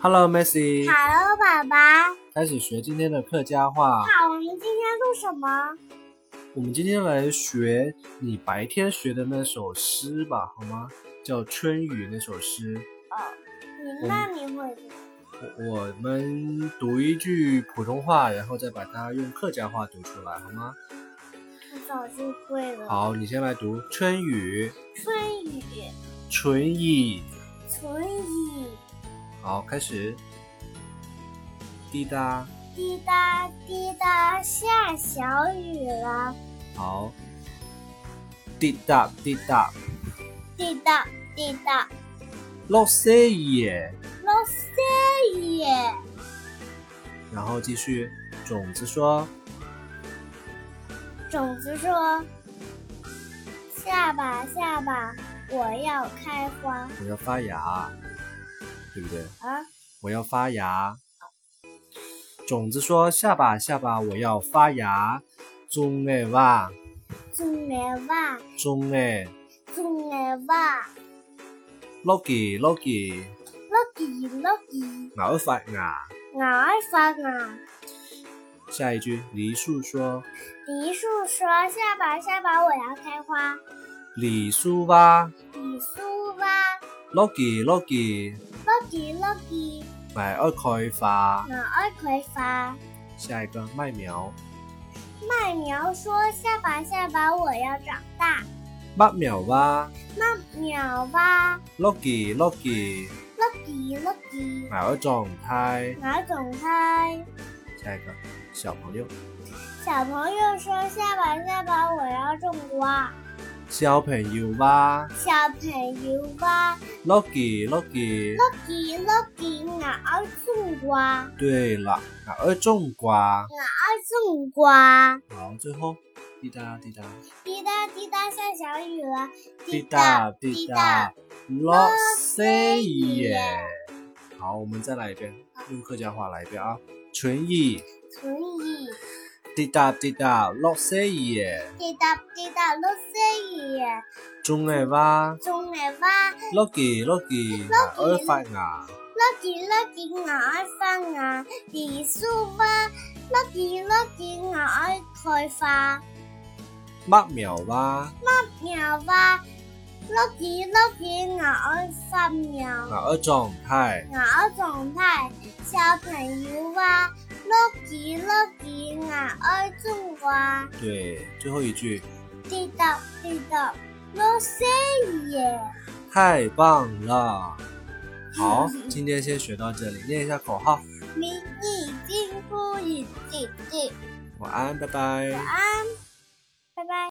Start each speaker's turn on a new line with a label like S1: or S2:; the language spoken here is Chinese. S1: Hello, Messi，
S2: Hello，爸爸。
S1: 开始学今天的客家话。
S2: 好，我们今天录什么？
S1: 我们今天来学你白天学的那首诗吧，好吗？叫《春雨》那首诗。
S2: 你那你会读？
S1: 我我们读一句普通话，然后再把它用客家话读出来，好吗？
S2: 我早就会了。
S1: 好，你先来读《春雨》。
S2: 春雨，
S1: 春意。
S2: 春雨，
S1: 好，开始。滴答。
S2: 滴答滴答下小雨了。
S1: 好。滴答滴答，
S2: 滴答滴答
S1: 落细雨。
S2: 落细雨，
S1: 然后继续。种子说。
S2: 种子说：“下吧下吧，我要开花。
S1: 我要发芽，对不对？”
S2: 啊，
S1: 我要发芽。种子说：“下吧，下吧，我要发芽。”种哎哇，
S2: 种来吧，
S1: 种哎
S2: 种来吧，
S1: ，logi logi，
S2: 落地落地，
S1: 我要发芽。
S2: 爱发芽。
S1: 下一句，梨树说
S2: 梨树说：“下吧，下吧，我要开花。”
S1: 梨树哇
S2: 李苏吧，
S1: ，logi logi，
S2: 落地落地，
S1: 我要开花。
S2: 我爱开花。
S1: 下一个麦苗，
S2: 麦苗说：“下吧，下吧，我要长大。
S1: 麦苗哇
S2: 麦苗吧，
S1: ，logi logi，
S2: 落地落地
S1: 我，要种胎。
S2: 我种开。
S1: 下一个小朋友，
S2: 小朋友说：“下吧，下吧，我要种瓜。
S1: 小朋友哇”
S2: 小朋友吧，
S1: ，logi logi。
S2: 落地落地，我爱种瓜，
S1: 对了，哪儿种瓜？
S2: 爱种瓜。
S1: 好，最后滴答滴答
S2: 滴答滴答下小雨了，
S1: 滴答滴答，落西耶。好，我们再来一遍，用客家话来一遍啊。春意
S2: 春雨。
S1: 滴答滴答，落西耶。
S2: 滴答滴答落细雨，
S1: 种来哇，
S2: 种来哇，
S1: 落地落地，哪儿发芽？
S2: 落地落地我爱发芽，梨树哇，落地落地我爱开花，
S1: 麦苗哇，
S2: 苗哇，落地落地我爱发苗，
S1: 哪儿种菜？
S2: 我爱种菜，小朋友哇，落地落地我爱种瓜，
S1: 对，最后一句，
S2: 滴答滴答落细雨，
S1: 太棒了。好，今天先学到这里，念一下口号。
S2: 明日金不雨滴滴，
S1: 晚安，拜拜。
S2: 晚安，拜拜。